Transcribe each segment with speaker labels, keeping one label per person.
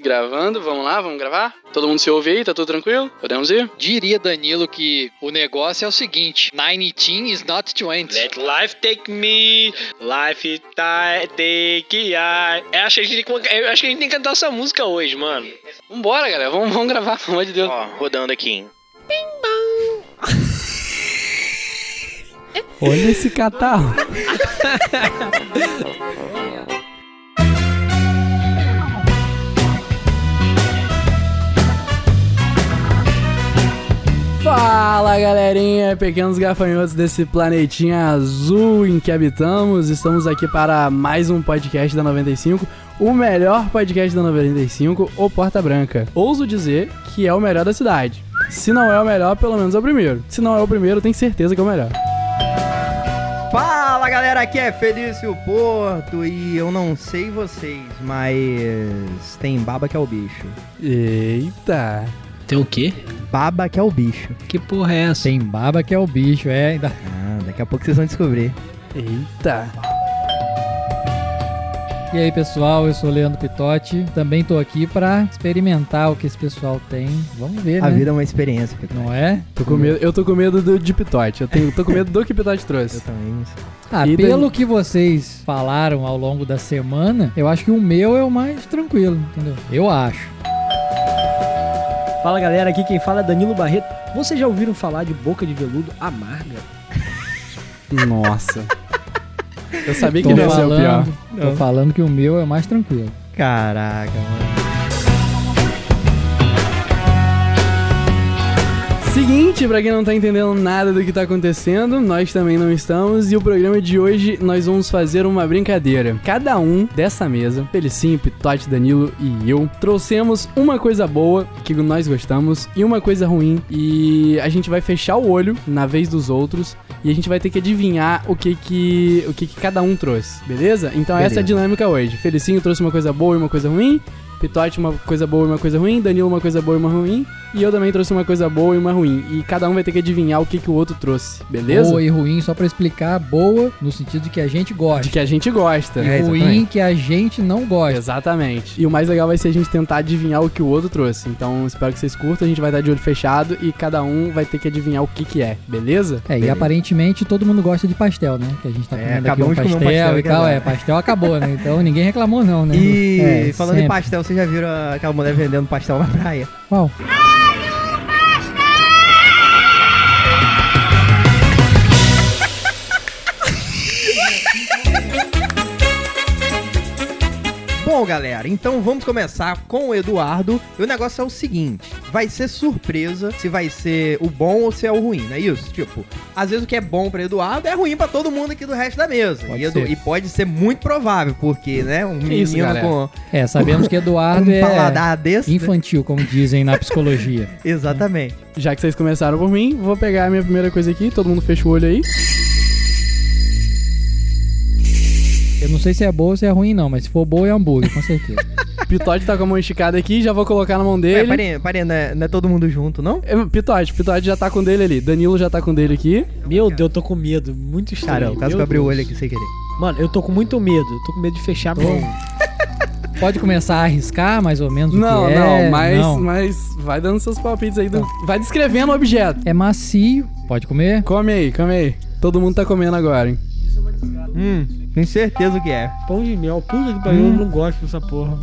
Speaker 1: Gravando, vamos lá, vamos gravar? Todo mundo se ouve aí, tá tudo tranquilo? Podemos ir?
Speaker 2: Diria Danilo que o negócio é o seguinte: 19 is not 20.
Speaker 3: Let life take me, life ta- take I. Eu acho, que a gente, tem que- eu acho que a gente tem que cantar essa música hoje, mano.
Speaker 1: Vambora, galera, vamos, vamos gravar, pelo amor de Deus.
Speaker 3: Ó, rodando aqui.
Speaker 4: Olha esse catarro. Fala galerinha, pequenos gafanhotos desse planetinha azul em que habitamos. Estamos aqui para mais um podcast da 95, o melhor podcast da 95, o Porta Branca. Ouso dizer que é o melhor da cidade. Se não é o melhor, pelo menos é o primeiro. Se não é o primeiro, eu tenho certeza que é o melhor.
Speaker 5: Fala galera, aqui é Felício Porto e eu não sei vocês, mas tem baba que é o bicho.
Speaker 4: Eita!
Speaker 6: Tem o quê?
Speaker 5: Baba que é o bicho.
Speaker 6: Que porra é essa?
Speaker 7: Tem baba que é o bicho, é. Ainda...
Speaker 5: Ah, daqui a pouco vocês vão descobrir.
Speaker 4: Eita!
Speaker 7: E aí, pessoal, eu sou o Leandro Pitotti. Também tô aqui pra experimentar o que esse pessoal tem. Vamos ver,
Speaker 5: A
Speaker 7: né?
Speaker 5: vida é uma experiência, Pedro.
Speaker 7: Não é?
Speaker 4: Tô
Speaker 8: Hum.
Speaker 4: com medo, eu tô com medo do de Pitote. Eu tenho, tô com medo do que Pitote trouxe.
Speaker 5: Eu também não sei.
Speaker 7: Ah,
Speaker 4: E
Speaker 7: pelo que vocês falaram ao longo da semana, eu acho que o meu é o mais tranquilo, entendeu? Eu acho.
Speaker 8: Fala galera, aqui quem fala é Danilo Barreto. Vocês já ouviram falar de boca de veludo amarga?
Speaker 4: Nossa. Eu sabia que
Speaker 7: Tô
Speaker 4: não ia ser o pior.
Speaker 7: falando, tô falando que o meu é o mais tranquilo.
Speaker 5: Caraca, mano.
Speaker 4: Seguinte, pra quem não tá entendendo nada do que tá acontecendo, nós também não estamos, e o programa de hoje nós vamos fazer uma brincadeira. Cada um dessa mesa, Felicinho, Pitote, Danilo e eu, trouxemos uma coisa boa que nós gostamos e uma coisa ruim, e a gente vai fechar o olho na vez dos outros e a gente vai ter que adivinhar o que que, o que, que cada um trouxe, beleza? Então essa é a
Speaker 5: Beleza.
Speaker 4: dinâmica hoje. Felicinho trouxe uma coisa boa e uma coisa ruim. Pitote uma coisa boa e uma coisa ruim, Danilo uma coisa boa e uma ruim, e eu também trouxe uma coisa boa e uma ruim. E cada um vai ter que adivinhar o que, que o outro trouxe, beleza?
Speaker 7: Boa e ruim, só pra explicar, boa no sentido de que a gente
Speaker 4: De
Speaker 7: gosta.
Speaker 4: que a gente gosta.
Speaker 7: E
Speaker 5: É,
Speaker 7: ruim
Speaker 5: exatamente.
Speaker 7: que a gente não gosta.
Speaker 4: Exatamente. E o mais legal vai ser a gente tentar adivinhar o que o outro trouxe. Então espero que vocês curtam, a gente vai estar de olho fechado e cada um vai ter que adivinhar o que, que é, beleza?
Speaker 7: É, e aparentemente todo mundo gosta de pastel, né? Que a gente tá
Speaker 5: É,
Speaker 7: comendo aqui um
Speaker 5: acabamos de comer
Speaker 7: pastel,
Speaker 5: um pastel
Speaker 7: e tal.
Speaker 5: agora.
Speaker 7: É, pastel acabou, né? Então ninguém reclamou, não, né?
Speaker 5: E
Speaker 7: É,
Speaker 5: falando em
Speaker 7: sempre.
Speaker 5: pastel, vocês já viram aquela mulher vendendo pastel na praia?
Speaker 7: Qual?
Speaker 5: Bom, galera, então vamos começar com o Eduardo. E o negócio é o seguinte: vai ser surpresa se vai ser o bom ou se é o ruim, não é isso? Tipo, às vezes o que é bom pra Eduardo é ruim pra todo mundo aqui do resto da mesa.
Speaker 7: Pode
Speaker 5: e, Edu-
Speaker 7: ser.
Speaker 5: e pode ser muito provável, porque, né, um menino
Speaker 4: isso, galera.
Speaker 5: com
Speaker 7: É, sabemos que Eduardo
Speaker 5: um
Speaker 7: é
Speaker 5: paladar desse.
Speaker 7: infantil, como dizem na psicologia.
Speaker 5: Exatamente.
Speaker 4: Já que vocês começaram por mim, vou pegar a minha primeira coisa aqui, todo mundo fecha o olho aí.
Speaker 7: Eu não sei se é boa ou se é ruim, não, mas se for boa é hambúrguer, com certeza.
Speaker 4: Pitote tá com a mão esticada aqui, já vou colocar na mão
Speaker 5: Ué,
Speaker 4: dele.
Speaker 5: parei, parei, não é, não é todo mundo junto, não?
Speaker 4: É, Pitote, Pitote já tá com o dele ali. Danilo já tá com o dele aqui.
Speaker 8: Meu Deus, eu tô com medo. Muito estranho.
Speaker 5: Cara, quase que
Speaker 8: Meu
Speaker 5: eu abri o
Speaker 8: Deus.
Speaker 5: olho aqui sem querer.
Speaker 8: Mano, eu tô com muito medo. Eu Tô com medo de fechar a mão.
Speaker 7: Pode começar a arriscar mais ou menos o
Speaker 4: Não,
Speaker 7: que é.
Speaker 4: não, mas,
Speaker 7: não.
Speaker 4: mas vai dando seus palpites aí. do- Vai descrevendo o objeto.
Speaker 7: É macio, pode comer.
Speaker 4: Come aí, come aí. Todo mundo tá comendo agora, hein?
Speaker 5: Hum, tenho certeza que é.
Speaker 8: Pão de mel. Puta que pariu, eu
Speaker 7: Hum.
Speaker 8: não gosto dessa porra.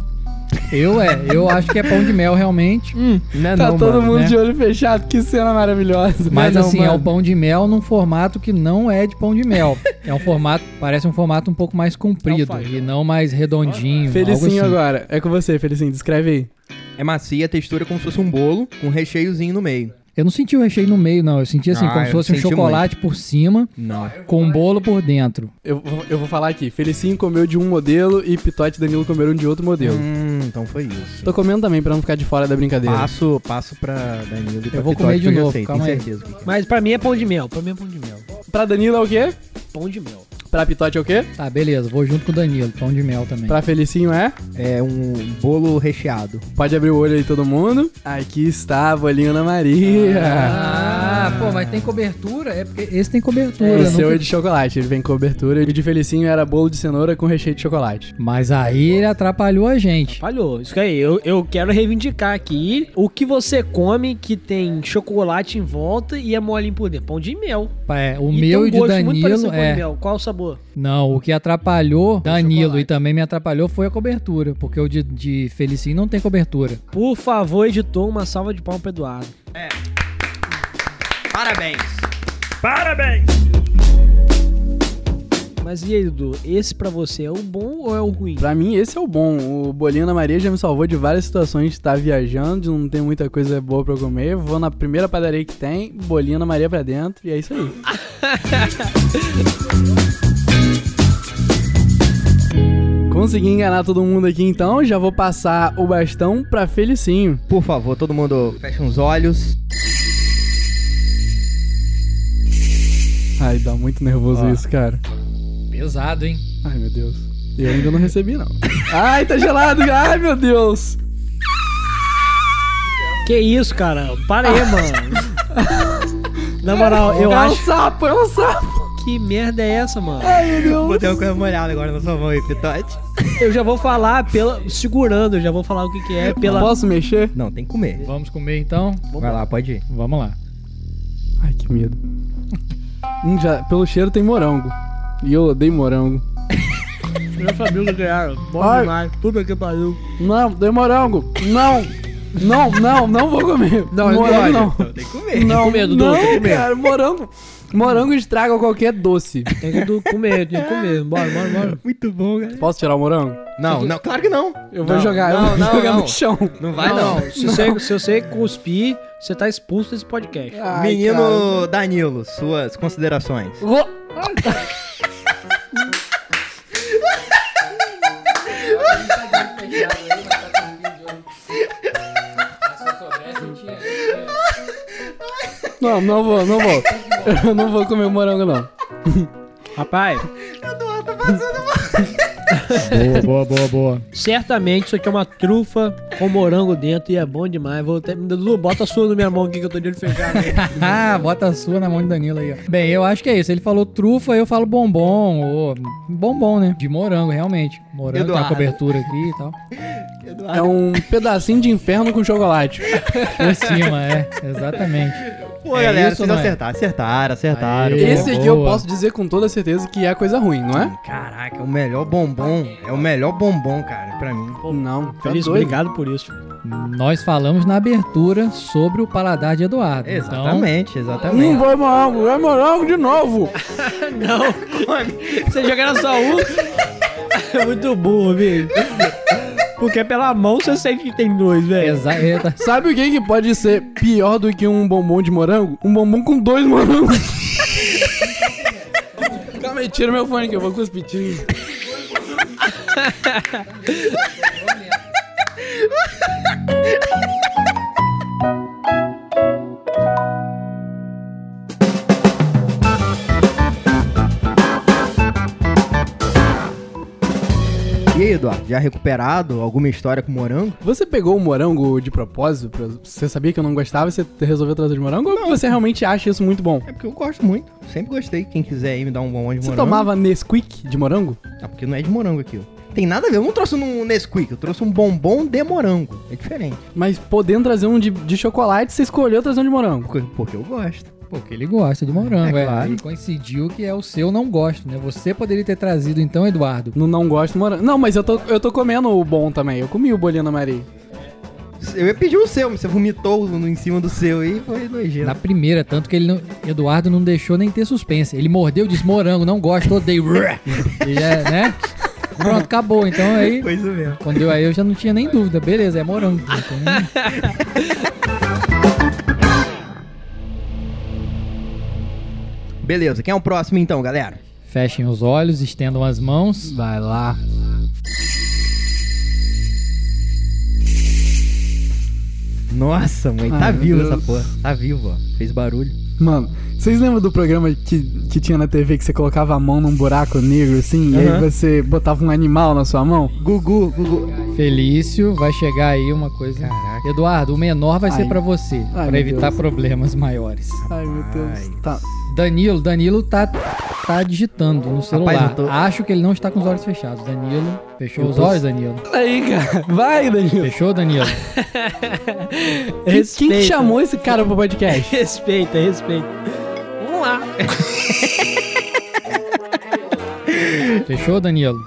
Speaker 7: Eu é, eu acho que é pão de mel realmente.
Speaker 5: Hum, não é
Speaker 4: tá
Speaker 5: não,
Speaker 4: todo
Speaker 5: mano,
Speaker 4: mundo
Speaker 5: né?
Speaker 4: de olho fechado, que cena maravilhosa.
Speaker 7: Mas
Speaker 4: Não,
Speaker 7: assim, é
Speaker 4: mano.
Speaker 7: o pão de mel num formato que não é de pão de mel. é um formato, parece um formato um pouco mais
Speaker 4: É
Speaker 7: comprido e não mais redondinho.
Speaker 4: Felicinho
Speaker 7: algo assim.
Speaker 4: agora. É com você, Felicinho. Descreve aí.
Speaker 5: É macia, textura como se fosse um bolo, com um recheiozinho no meio.
Speaker 7: Eu não senti o recheio no meio, não. Eu senti assim,
Speaker 5: Ah,
Speaker 7: como
Speaker 5: eu
Speaker 7: se fosse um
Speaker 5: senti
Speaker 7: chocolate por cima,
Speaker 5: Não.
Speaker 7: com um bolo por dentro.
Speaker 4: Eu, vou- eu vou falar aqui. Felicinho comeu de um modelo e Pitote e Danilo comeram de outro modelo.
Speaker 5: Hum, então foi isso.
Speaker 4: Tô comendo também pra não ficar de fora da brincadeira.
Speaker 5: Passo, passo pra Danilo e pra
Speaker 7: vou
Speaker 5: Pitote,
Speaker 7: comer de
Speaker 5: que eu já
Speaker 7: novo,
Speaker 5: sei,
Speaker 7: calma
Speaker 5: tenho
Speaker 7: aí.
Speaker 5: certeza. que-
Speaker 8: Mas pra mim é pão de mel. Pra mim é pão de mel.
Speaker 4: Pra Danilo é o quê?
Speaker 8: Pão de mel.
Speaker 4: Pra Pitote é o quê?
Speaker 7: Tá, beleza. Vou junto com o Danilo. Pão de mel também.
Speaker 4: Pra Felicinho é?
Speaker 5: É um bolo recheado.
Speaker 4: Pode abrir o olho aí todo mundo. Aqui está a bolinha Ana Maria.
Speaker 7: Ah, pô, mas tem cobertura? É porque esse tem cobertura.
Speaker 4: O
Speaker 7: não
Speaker 4: seu é
Speaker 7: fica-
Speaker 4: de chocolate, ele vem com cobertura. E o de felicinho era bolo de cenoura com recheio de chocolate.
Speaker 7: Mas aí ele atrapalhou a gente.
Speaker 8: Falhou. Isso aí, eu, eu quero reivindicar aqui o que você come que tem chocolate em volta e é molinho por dentro. Pão de mel.
Speaker 7: É, o
Speaker 8: E
Speaker 7: meu e
Speaker 8: tem um
Speaker 7: de
Speaker 8: gosto muito
Speaker 7: Danilo
Speaker 8: parecido com pão de
Speaker 7: é.
Speaker 8: mel. Qual o sabor?
Speaker 7: Não, o que atrapalhou Danilo
Speaker 8: chocolate.
Speaker 7: e também me atrapalhou foi a cobertura, porque o de, de Felicinho não tem cobertura.
Speaker 8: Por favor, editor, uma salva de palmas pro Eduardo.
Speaker 5: Parabéns.
Speaker 8: Mas e aí, Edu, esse pra você é o bom ou é o ruim?
Speaker 4: Pra mim, esse é o bom. O bolinho da Maria já me salvou de várias situações de estar viajando, de não ter muita coisa boa pra eu comer. Vou na primeira padaria que tem, bolinho da Maria pra dentro, e é isso aí. Consegui enganar todo mundo aqui então, já vou passar o bastão pra Felicinho.
Speaker 5: Por favor, todo mundo fecha os olhos.
Speaker 4: Ai, dá muito nervoso isso, cara.
Speaker 7: Pesado, hein?
Speaker 4: Ai, meu Deus. Eu ainda não recebi, não. Ai, tá gelado! Ai, meu Deus!
Speaker 8: Que isso, cara? Para aí, mano. Na moral, eu
Speaker 4: é um
Speaker 8: acho.
Speaker 4: sapo, é um sapo!
Speaker 8: Que merda é essa, mano?
Speaker 5: Botei uma coisa molhada agora na sua mão aí, Pitote.
Speaker 8: Eu já vou falar pela. Segurando, eu já vou falar o que, que é pela.
Speaker 4: Posso mexer?
Speaker 5: Não, tem que comer.
Speaker 7: Vamos comer então?
Speaker 5: Vai lá, pode ir.
Speaker 7: Vamos lá.
Speaker 4: Ai, que medo. Hum, já, pelo cheiro tem morango. E eu odeio morango.
Speaker 8: Minha família ganharam. Bom
Speaker 4: Ai.
Speaker 8: demais. Puta que pariu.
Speaker 4: Não, dei morango. Não. Não, não, não vou comer. Não, morango não.
Speaker 5: é Então, Tem que comer.
Speaker 4: Não,
Speaker 7: comer, Dudu,
Speaker 4: não,
Speaker 7: tem que comer.
Speaker 4: cara, morango. Morango estraga qualquer doce.
Speaker 8: Tem que do- comer, tem que comer. Bora, bora, bora.
Speaker 5: Muito bom, galera.
Speaker 4: Posso tirar o morango?
Speaker 5: Não, não, claro que não.
Speaker 4: Eu vou
Speaker 5: Não,
Speaker 4: jogar, eu
Speaker 5: não,
Speaker 4: vou
Speaker 5: não,
Speaker 4: jogar
Speaker 5: não.
Speaker 4: no chão.
Speaker 5: Não vai não.
Speaker 8: Ah, Se, Você, se você cuspir, você tá expulso desse podcast.
Speaker 4: Ai, cara.
Speaker 5: Menino Danilo, suas considerações.
Speaker 4: Vou- Não, não vou, não vou. Eu não vou comer morango, não.
Speaker 8: Rapaz,
Speaker 7: Boa, boa, boa, boa.
Speaker 8: certamente isso aqui é uma trufa com morango dentro e é bom demais. Vou até... Dudu, bota a sua na minha mão aqui que eu tô de olho fechado.
Speaker 7: Ah, bota a sua na mão de Danilo aí, ó. Bem, eu acho que é isso. Ele falou trufa, eu falo bombom. Ou bombom, né? De morango, realmente. Morango tem uma
Speaker 5: Eduardo.
Speaker 7: cobertura aqui e tal.
Speaker 4: É um pedacinho de inferno com chocolate.
Speaker 7: Por cima, é. Exatamente.
Speaker 5: Pô,
Speaker 7: É
Speaker 5: galera,
Speaker 7: isso,
Speaker 5: vocês
Speaker 7: não é?
Speaker 5: acertaram, acertaram, acertaram.
Speaker 7: Aê.
Speaker 4: Esse aqui eu
Speaker 7: Boa.
Speaker 4: posso dizer com toda certeza que é coisa ruim, não é?
Speaker 5: Caraca, é o melhor bombom. É o melhor bombom, cara, pra mim.
Speaker 4: Não, tá
Speaker 8: Feliz,
Speaker 4: doido.
Speaker 8: obrigado por isso.
Speaker 7: Nós falamos na abertura sobre o paladar de Eduardo. Então,
Speaker 5: Exatamente,
Speaker 4: Não
Speaker 5: exatamente.
Speaker 4: vou morango, é morango de novo.
Speaker 8: Você joga na sua U? É muito burro, bicho. Porque pela mão você sente que tem dois,
Speaker 7: Então,
Speaker 8: velho.
Speaker 7: exa- eita.
Speaker 4: Sabe o que, que pode ser pior do que um bombom de morango? Um bombom com dois morangos. Calma aí, tira meu fone que eu vou cuspir. tira.
Speaker 5: E aí, Eduardo, já recuperado alguma história com morango?
Speaker 4: Você pegou o morango de propósito? pra- Você sabia que eu não gostava e você resolveu trazer de morango? Ou você realmente acha isso muito bom?
Speaker 5: É porque eu gosto muito. Sempre gostei. Quem quiser aí me dar um bombom de
Speaker 4: Você
Speaker 5: morango.
Speaker 4: tomava Nesquik de morango?
Speaker 5: Ah, porque não é de morango aquilo. Tem nada a ver. Eu não trouxe um Nesquik, eu trouxe um bombom de morango. É diferente.
Speaker 4: Mas podendo trazer um de, de chocolate, você escolheu trazer um de morango.
Speaker 5: Porque, porque eu gosto.
Speaker 7: Porque ele gosta de morango,
Speaker 5: É
Speaker 7: é.
Speaker 5: claro.
Speaker 7: E coincidiu que é o seu não gosto, né? Você poderia ter trazido então, Eduardo.
Speaker 4: Não, não gosto de morango. Não, mas eu tô, eu tô comendo o bom também. Eu comi o bolinho da Maria.
Speaker 5: Eu ia pedir o seu, mas você vomitou no, em cima do seu aí foi nojento.
Speaker 7: Na primeira, tanto que ele não, Eduardo não deixou nem ter suspense. Ele mordeu, disse morango, não gosto, odeio. E já, né? Pronto, acabou. Então aí,
Speaker 5: Foi isso mesmo.
Speaker 7: quando eu aí eu já não tinha nem dúvida. Beleza, é morango. Então,
Speaker 5: Beleza, quem é o próximo então, galera?
Speaker 7: fechem os olhos, estendam as mãos.
Speaker 4: Vai lá.
Speaker 5: Nossa, mãe, tá
Speaker 4: Ai, meu
Speaker 5: vivo
Speaker 4: Deus.
Speaker 5: essa porra. Tá vivo, ó. Fez barulho.
Speaker 4: Mano, vocês lembram do programa que, que tinha na TV que você colocava a mão num buraco negro assim? E aí você botava um animal na sua mão?
Speaker 5: Gugu, Gugu.
Speaker 7: Felício, vai chegar aí uma coisa.
Speaker 5: Caraca.
Speaker 7: Eduardo, o menor vai
Speaker 4: Ai.
Speaker 7: ser pra você,
Speaker 4: Ai,
Speaker 7: pra
Speaker 4: meu
Speaker 7: evitar
Speaker 4: Deus.
Speaker 7: problemas maiores.
Speaker 4: Ai, meu Deus. Tá.
Speaker 7: Danilo, Danilo tá tá digitando no celular.
Speaker 5: eu tô-
Speaker 7: Acho que ele não está com os olhos fechados. Danilo, fechou
Speaker 4: Eu
Speaker 7: os
Speaker 4: tô-
Speaker 7: olhos, Danilo?
Speaker 4: Aí, cara. Vai, Danilo.
Speaker 7: Fechou, Danilo?
Speaker 4: Quem, quem
Speaker 8: Respeita.
Speaker 4: que chamou esse cara pro podcast?
Speaker 8: Respeita, respeita. Vamos lá.
Speaker 7: Fechou, Danilo?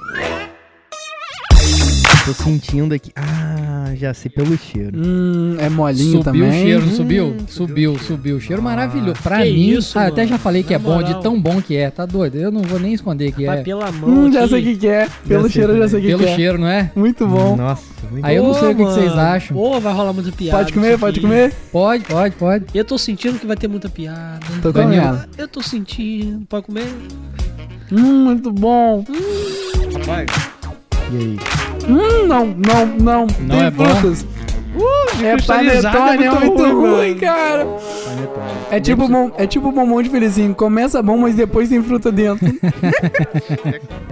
Speaker 5: Tô sentindo aqui. Ah, já sei pelo cheiro.
Speaker 4: Hum, é molinho
Speaker 7: Subiu
Speaker 4: também.
Speaker 7: o cheiro, não subiu?
Speaker 5: Hum,
Speaker 7: subiu, subiu, O cheiro maravilhoso. Pra
Speaker 8: que
Speaker 7: mim,
Speaker 8: isso,
Speaker 7: ah,
Speaker 8: mano.
Speaker 7: até já falei que
Speaker 8: Na
Speaker 7: é bom,
Speaker 8: moral.
Speaker 7: de tão bom que é. Tá doido? Eu não vou nem esconder que
Speaker 8: Vai
Speaker 7: é.
Speaker 8: pela mão.
Speaker 4: Hum, já
Speaker 8: aqui.
Speaker 4: sei o que, que é. Pelo
Speaker 5: sei
Speaker 4: cheiro, eu já sei o que,
Speaker 7: Pelo
Speaker 4: que é.
Speaker 7: cheiro, não é?
Speaker 4: Muito
Speaker 5: Hum,
Speaker 4: bom.
Speaker 5: Nossa,
Speaker 4: é.
Speaker 5: muito
Speaker 7: Aí eu não
Speaker 8: Pô,
Speaker 7: sei o que que vocês
Speaker 8: mano.
Speaker 7: acham.
Speaker 8: Pô, vai rolar muita piada.
Speaker 4: Pode comer,
Speaker 8: isso
Speaker 4: pode
Speaker 8: aqui.
Speaker 4: comer.
Speaker 7: Pode, pode, pode.
Speaker 8: Eu tô sentindo que vai ter muita piada.
Speaker 4: Tô
Speaker 7: Danilo.
Speaker 4: comendo.
Speaker 8: Eu tô sentindo. Pode comer?
Speaker 4: Hum, muito bom.
Speaker 7: E aí?
Speaker 4: Hum, não, não, não.
Speaker 7: Não
Speaker 4: Tem
Speaker 7: é bom?
Speaker 4: frutas. É panetone, é muito ruim, cara. É tipo, bom, é tipo bombom de felizinho. Começa bom, mas depois tem fruta dentro.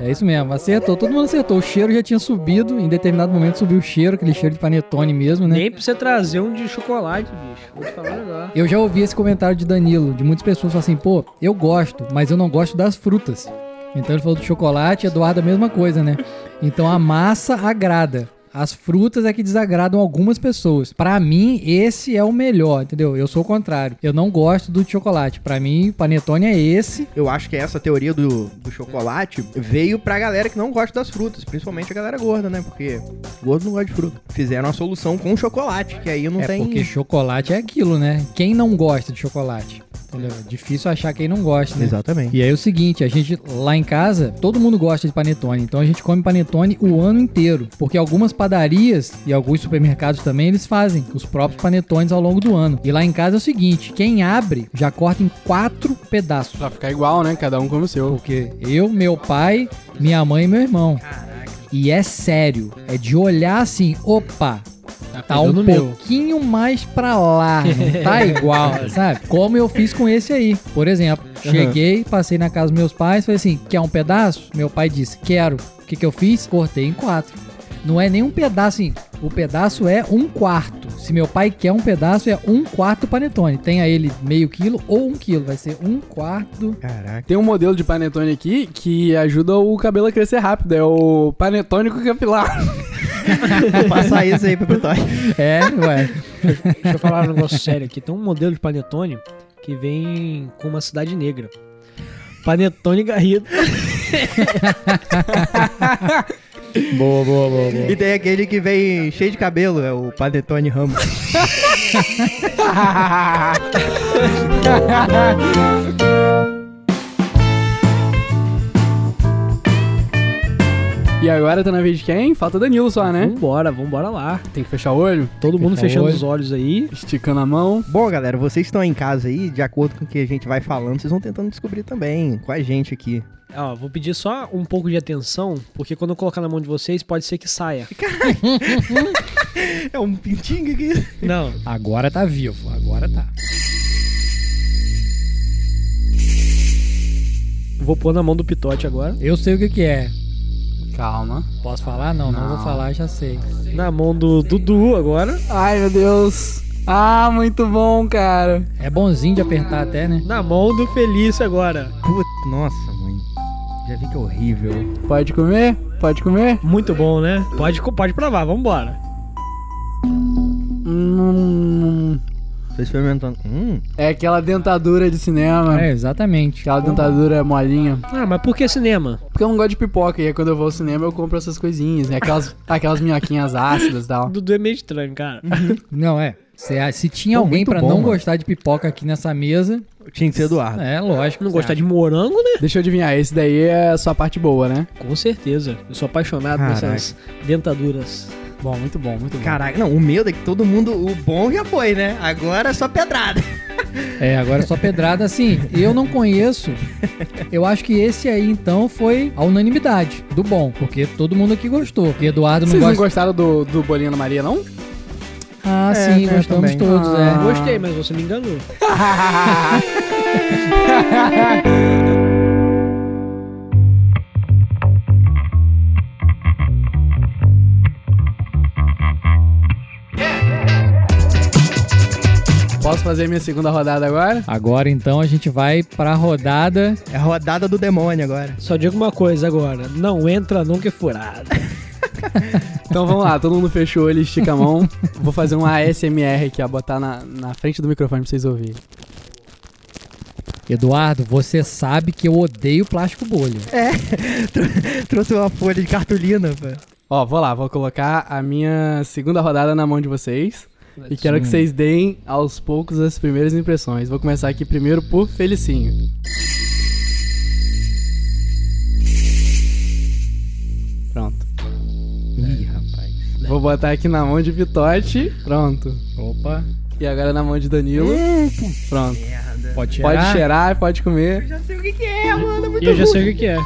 Speaker 7: É isso mesmo, acertou. Todo mundo acertou. O cheiro já tinha subido. Em determinado momento subiu o cheiro, aquele cheiro de panetone mesmo, né?
Speaker 8: Nem pra você trazer um de chocolate, bicho. Vou te falar um agora.
Speaker 7: Eu já ouvi esse comentário de Danilo, de muitas pessoas falam assim, pô, eu gosto, mas eu não gosto das frutas. Então ele falou do chocolate, Eduardo, a mesma coisa, né? Então a massa agrada. As frutas é que desagradam algumas pessoas. Pra mim, esse é o melhor, entendeu? Eu sou o contrário. Eu não gosto do de chocolate. Pra mim, panetone é esse.
Speaker 5: Eu acho que essa teoria do, do chocolate veio pra galera que não gosta das frutas, principalmente a galera gorda, né? Porque gordo não gosta de fruta. Fizeram a solução com chocolate, que aí não
Speaker 7: é
Speaker 5: tem.
Speaker 7: porque chocolate é aquilo, né? Quem não gosta de chocolate? Entendeu? É difícil achar quem não gosta, né?
Speaker 5: Exatamente.
Speaker 7: E aí é o seguinte, a gente lá em casa, todo mundo gosta de panetone, então a gente come panetone o ano inteiro, porque algumas padarias e alguns supermercados também eles fazem os próprios panetones ao longo do ano. E lá em casa é o seguinte, quem abre já corta em quatro pedaços.
Speaker 4: Pra ficar igual, né? Cada um come o seu.
Speaker 7: Porque eu, meu pai, minha mãe e meu irmão. E é sério, é de olhar assim, opa, tá
Speaker 4: pegando
Speaker 7: um
Speaker 4: o meu.
Speaker 7: pouquinho mais pra lá, não tá igual, sabe? Como eu fiz com esse aí. Por exemplo, cheguei, passei na casa dos meus pais, falei assim, quer um pedaço? Meu pai disse, quero. O que, que eu fiz? Cortei em quatro. Não é nem um pedaço, assim, o pedaço é um quarto. Se meu pai quer um pedaço, é um quarto do panetone. Tenha ele meio quilo ou um quilo, vai ser um quarto.
Speaker 5: Caraca.
Speaker 4: Tem um modelo de panetone aqui que ajuda o cabelo a crescer rápido. É o panetônico capilar.
Speaker 5: Vou passar isso aí pro Vitória.
Speaker 7: É, ué.
Speaker 8: Deixa eu falar um negócio sério aqui. Tem um modelo de panetone que vem com uma cidade negra. Panetone Garrido.
Speaker 7: Boa, boa, boa, boa.
Speaker 5: E tem aquele que vem cheio de cabelo, é o Padetone Ramos.
Speaker 4: E agora tá na vez de quem? Falta Danilo só, né?
Speaker 8: Vambora, vambora lá.
Speaker 4: Tem que fechar o olho,
Speaker 8: Todo mundo
Speaker 7: Fechar o
Speaker 8: fechando
Speaker 7: olho.
Speaker 8: os olhos aí.
Speaker 4: esticando a mão.
Speaker 5: Bom, galera, vocês estão em casa aí, de acordo com o que a gente vai falando, vocês vão tentando descobrir também com a gente aqui.
Speaker 8: Ó, vou pedir só um pouco de atenção, porque quando eu colocar na mão de vocês, pode ser que saia.
Speaker 5: É um pintinho aqui.
Speaker 8: Não.
Speaker 7: Agora tá vivo, agora tá.
Speaker 8: Vou pôr na mão do Pitote agora.
Speaker 7: Eu sei o que que é.
Speaker 4: Calma.
Speaker 7: Posso falar? Não, não, vou falar, já sei.
Speaker 8: Na mão do Dudu agora.
Speaker 4: Ai, meu Deus. Ah, muito bom, cara.
Speaker 7: É bonzinho de apertar até, né?
Speaker 8: Na mão do Felício agora.
Speaker 5: Puta, nossa, mãe. Já vi que é horrível.
Speaker 4: Pode comer? Pode comer?
Speaker 8: Muito bom, né? Pode, pode provar, vambora.
Speaker 4: Hum,
Speaker 5: Tô experimentando. Hum.
Speaker 4: é aquela dentadura de cinema.
Speaker 7: É, exatamente.
Speaker 4: Aquela dentadura molinha.
Speaker 8: Ah, mas por que cinema?
Speaker 4: Porque eu não gosto de pipoca, e aí quando eu vou ao cinema eu compro essas coisinhas, né? Aquelas, aquelas minhoquinhas ácidas e tal.
Speaker 8: Dudu é meio estranho, cara.
Speaker 7: Não, é. Se, se tinha
Speaker 5: Pô,
Speaker 7: alguém
Speaker 5: muito
Speaker 7: pra
Speaker 5: bom,
Speaker 7: não
Speaker 5: mano.
Speaker 7: gostar de pipoca aqui nessa mesa,
Speaker 5: Tinha que ser Eduardo.
Speaker 7: é lógico.
Speaker 8: Não gostar de morango, né?
Speaker 4: Deixa eu adivinhar, esse daí é a sua parte boa, né?
Speaker 8: Com certeza. Eu sou apaixonado por
Speaker 5: Caraca.
Speaker 8: essas dentaduras.
Speaker 4: Bom, muito bom, muito bom.
Speaker 5: Caraca, não, o medo é que todo mundo. O bom já foi, né? Agora é só pedrada.
Speaker 7: É, agora é só pedrada. Assim, eu não conheço. Eu acho que esse aí, então, foi a unanimidade do bom. Porque todo mundo aqui gostou. Porque Eduardo não
Speaker 4: Vocês não
Speaker 7: gosta.
Speaker 4: gostaram do, do bolinho da Maria, não?
Speaker 7: Ah,
Speaker 5: É,
Speaker 7: sim,
Speaker 5: né,
Speaker 7: gostamos
Speaker 5: também.
Speaker 7: todos, é.
Speaker 4: Ah.
Speaker 8: Gostei, mas você me enganou.
Speaker 4: Posso fazer minha segunda rodada agora?
Speaker 7: Agora então a gente vai pra rodada.
Speaker 5: É a rodada do demônio agora.
Speaker 8: Só digo uma coisa agora: não entra nunca é furado.
Speaker 4: Então vamos lá, todo mundo fechou o olho, estica a mão. Vou fazer um ASMR aqui, ó, botar na, na frente do microfone pra vocês ouvirem.
Speaker 7: Eduardo, você sabe que eu odeio plástico bolha.
Speaker 5: Trouxe uma folha de cartolina, pô.
Speaker 4: Ó, vou lá, vou colocar a minha segunda rodada na mão de vocês. E quero que vocês deem aos poucos as primeiras impressões. Vou começar aqui primeiro por Felicinho. Pronto.
Speaker 5: Ih, rapaz.
Speaker 4: Vou botar aqui na mão de Vitote. Pronto.
Speaker 8: É.
Speaker 7: Opa,
Speaker 4: E agora na mão de Danilo. Pronto.
Speaker 5: Merda.
Speaker 7: pode cheirar?
Speaker 4: Pode cheirar, pode comer.
Speaker 5: Já sei o que, que é, mano. Muito
Speaker 8: E eu já sei o que que é.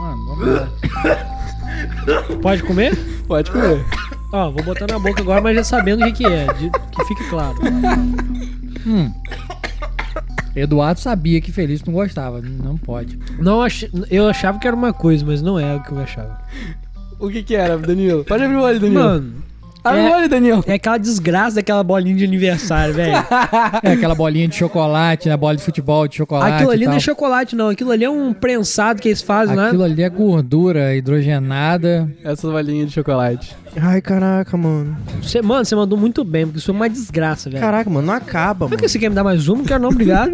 Speaker 7: Mano, vamos lá.
Speaker 8: Pode comer?
Speaker 4: Pode comer.
Speaker 8: Ó, vou botar na boca agora, mas já sabendo o que, que é. de- que fique claro.
Speaker 7: Hum. Eduardo sabia que Feliz não gostava. Não pode.
Speaker 8: Não ach- Eu achava que era uma coisa, mas não é o que eu achava.
Speaker 4: O que que era, Danilo? Pode abrir o olho, Danilo.
Speaker 8: Mano,
Speaker 4: Abre
Speaker 8: é-
Speaker 4: o olho, Danilo.
Speaker 8: é aquela desgraça daquela bolinha de aniversário, velho.
Speaker 7: É aquela bolinha de chocolate, né? Bola de futebol de chocolate.
Speaker 8: Aquilo ali
Speaker 7: e
Speaker 8: não é
Speaker 7: tal.
Speaker 8: chocolate, não. Aquilo ali é um prensado que eles fazem, né?
Speaker 7: Aquilo ali é gordura hidrogenada.
Speaker 4: Essa bolinha de chocolate.
Speaker 5: Ai, caraca, mano.
Speaker 8: Cê- mano, você mandou muito bem, porque isso é uma desgraça, velho.
Speaker 5: Caraca, mano, não acaba,
Speaker 8: Por
Speaker 5: mano.
Speaker 8: que você quer me dar mais uma? Não quero não, obrigado.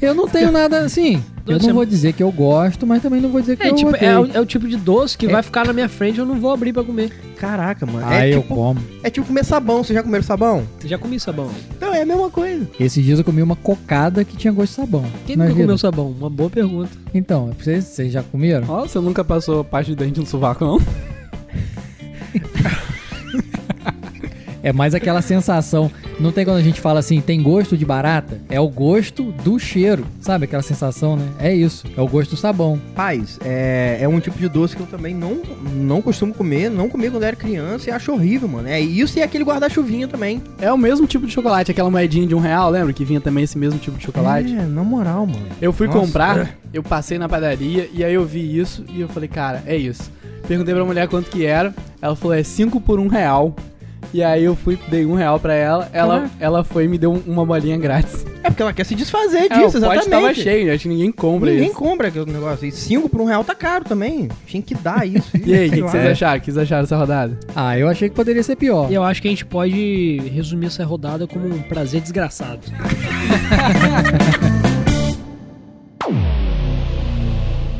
Speaker 7: Eu não tenho nada assim. Eu
Speaker 8: Doce é-
Speaker 7: não vou dizer que eu gosto, mas também não vou dizer que
Speaker 8: É,
Speaker 7: eu
Speaker 8: tipo,
Speaker 7: odeio.
Speaker 8: é, o, é o tipo de doce que
Speaker 7: É.
Speaker 8: vai ficar na minha frente eu não vou abrir pra comer.
Speaker 5: Caraca, mano.
Speaker 7: Ah,
Speaker 5: é,
Speaker 7: eu
Speaker 5: tipo,
Speaker 7: como.
Speaker 5: é tipo comer sabão. Vocês já comeram sabão?
Speaker 8: Já comi sabão.
Speaker 5: Então é a mesma coisa.
Speaker 7: Esses dias eu comi uma cocada que tinha gosto de sabão.
Speaker 8: Quem
Speaker 7: Na
Speaker 8: nunca
Speaker 7: vida.
Speaker 8: comeu sabão? Uma boa pergunta.
Speaker 7: Então, vocês, vocês já comeram?
Speaker 4: Ó, você nunca passou parte de dente no sovaco, não?
Speaker 7: É mais aquela sensação. Não tem quando a gente fala assim, tem gosto de barata? É o gosto do cheiro. Sabe aquela sensação, né? É isso. É o gosto do sabão.
Speaker 5: Paz, é, é um tipo de doce que eu também não, não costumo comer. Não comi quando era criança e acho horrível, mano. É isso e aquele guarda-chuvinha também.
Speaker 4: É o mesmo tipo de chocolate, aquela moedinha de um real, lembra? Que vinha também esse mesmo tipo de chocolate.
Speaker 5: É, na moral, mano.
Speaker 4: Eu fui
Speaker 5: Nossa. é.
Speaker 4: comprar, eu passei na padaria e aí eu vi isso e eu falei, cara, é isso. Perguntei pra mulher quanto que era, ela falou, é 5 por um real. E aí eu fui, dei um real pra ela, ela, ela foi e me deu um- uma bolinha grátis.
Speaker 5: É porque ela quer se desfazer
Speaker 4: É,
Speaker 5: disso,
Speaker 4: o pote
Speaker 5: exatamente.
Speaker 4: tava cheio, acho que ninguém compra
Speaker 5: Ninguém
Speaker 4: isso.
Speaker 5: compra aquele negócio. E 5 por um real tá caro também. Tinha que dar isso.
Speaker 4: E aí, o que,
Speaker 5: Sei
Speaker 4: que
Speaker 5: lá.
Speaker 4: vocês acharam? O que vocês acharam dessa rodada?
Speaker 7: Ah, eu achei que poderia ser pior.
Speaker 8: E eu acho que a gente pode resumir essa rodada como um prazer desgraçado.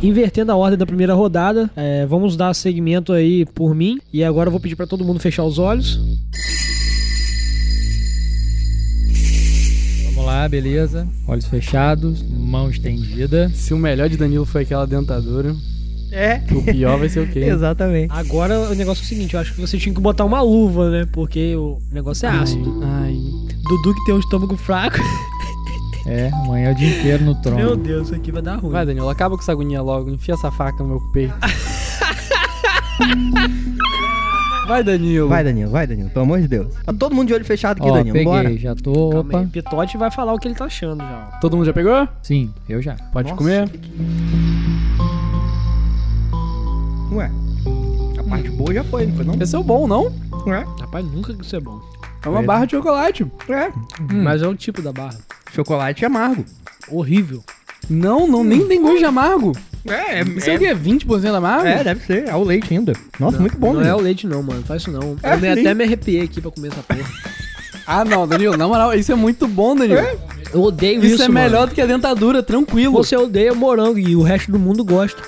Speaker 8: Invertendo a ordem da primeira rodada, é, vamos dar segmento aí por mim. E agora eu vou pedir pra todo mundo fechar os olhos.
Speaker 7: Vamos lá, beleza. Olhos fechados, mão estendida.
Speaker 4: Se o melhor de Danilo foi aquela dentadura,
Speaker 5: É,
Speaker 4: o pior vai ser o quê?
Speaker 5: exatamente.
Speaker 8: Agora o negócio é o seguinte, eu acho que você tinha que botar uma luva, né? Porque o negócio é ácido.
Speaker 4: Ai,
Speaker 8: Dudu que tem um estômago fraco.
Speaker 7: É, amanhã é o dia inteiro no
Speaker 8: Meu
Speaker 7: trono.
Speaker 8: Deus, isso aqui vai dar ruim.
Speaker 4: Vai, Danilo, acaba com essa agonia logo. Enfia essa faca no meu peito. Vai, Danilo.
Speaker 5: Vai, Danilo, vai, Danilo. Pelo amor de Deus. Tá todo mundo de olho fechado aqui,
Speaker 7: Ó,
Speaker 5: Danilo.
Speaker 7: peguei,
Speaker 5: Bora.
Speaker 7: já tô.
Speaker 8: Calma aí,
Speaker 7: Opa.
Speaker 8: Pitote vai falar o que ele tá achando já.
Speaker 4: Todo mundo já pegou?
Speaker 7: Sim, eu já.
Speaker 4: Pode
Speaker 5: Nossa.
Speaker 4: comer.
Speaker 5: Ué, a parte boa já foi, não foi não?
Speaker 4: Esse é o bom, não?
Speaker 5: Ué,
Speaker 8: Rapaz, nunca que isso é bom.
Speaker 4: É uma
Speaker 7: Foi.
Speaker 4: barra de chocolate.
Speaker 5: é.
Speaker 8: Mas é um tipo da barra.
Speaker 5: Chocolate é amargo.
Speaker 8: Horrível.
Speaker 4: Não, não, nem tem gosto de amargo.
Speaker 5: É, é.
Speaker 4: Isso é o quê? 20% amargo?
Speaker 5: É, deve ser. É o leite ainda. Nossa, muito bom,
Speaker 8: não é
Speaker 5: Danilo.
Speaker 8: o leite não, mano. Faz isso não.
Speaker 5: É
Speaker 8: eu me-
Speaker 5: leite.
Speaker 8: até me arrepiei aqui pra comer essa porra.
Speaker 4: Ah, não, Danilo, na moral, isso é muito bom, Danilo.
Speaker 8: Eu odeio
Speaker 4: Isso,
Speaker 8: isso,
Speaker 4: é
Speaker 8: mano.
Speaker 4: melhor do que a dentadura, tranquilo.
Speaker 8: Você odeia morango e o resto do mundo gosta.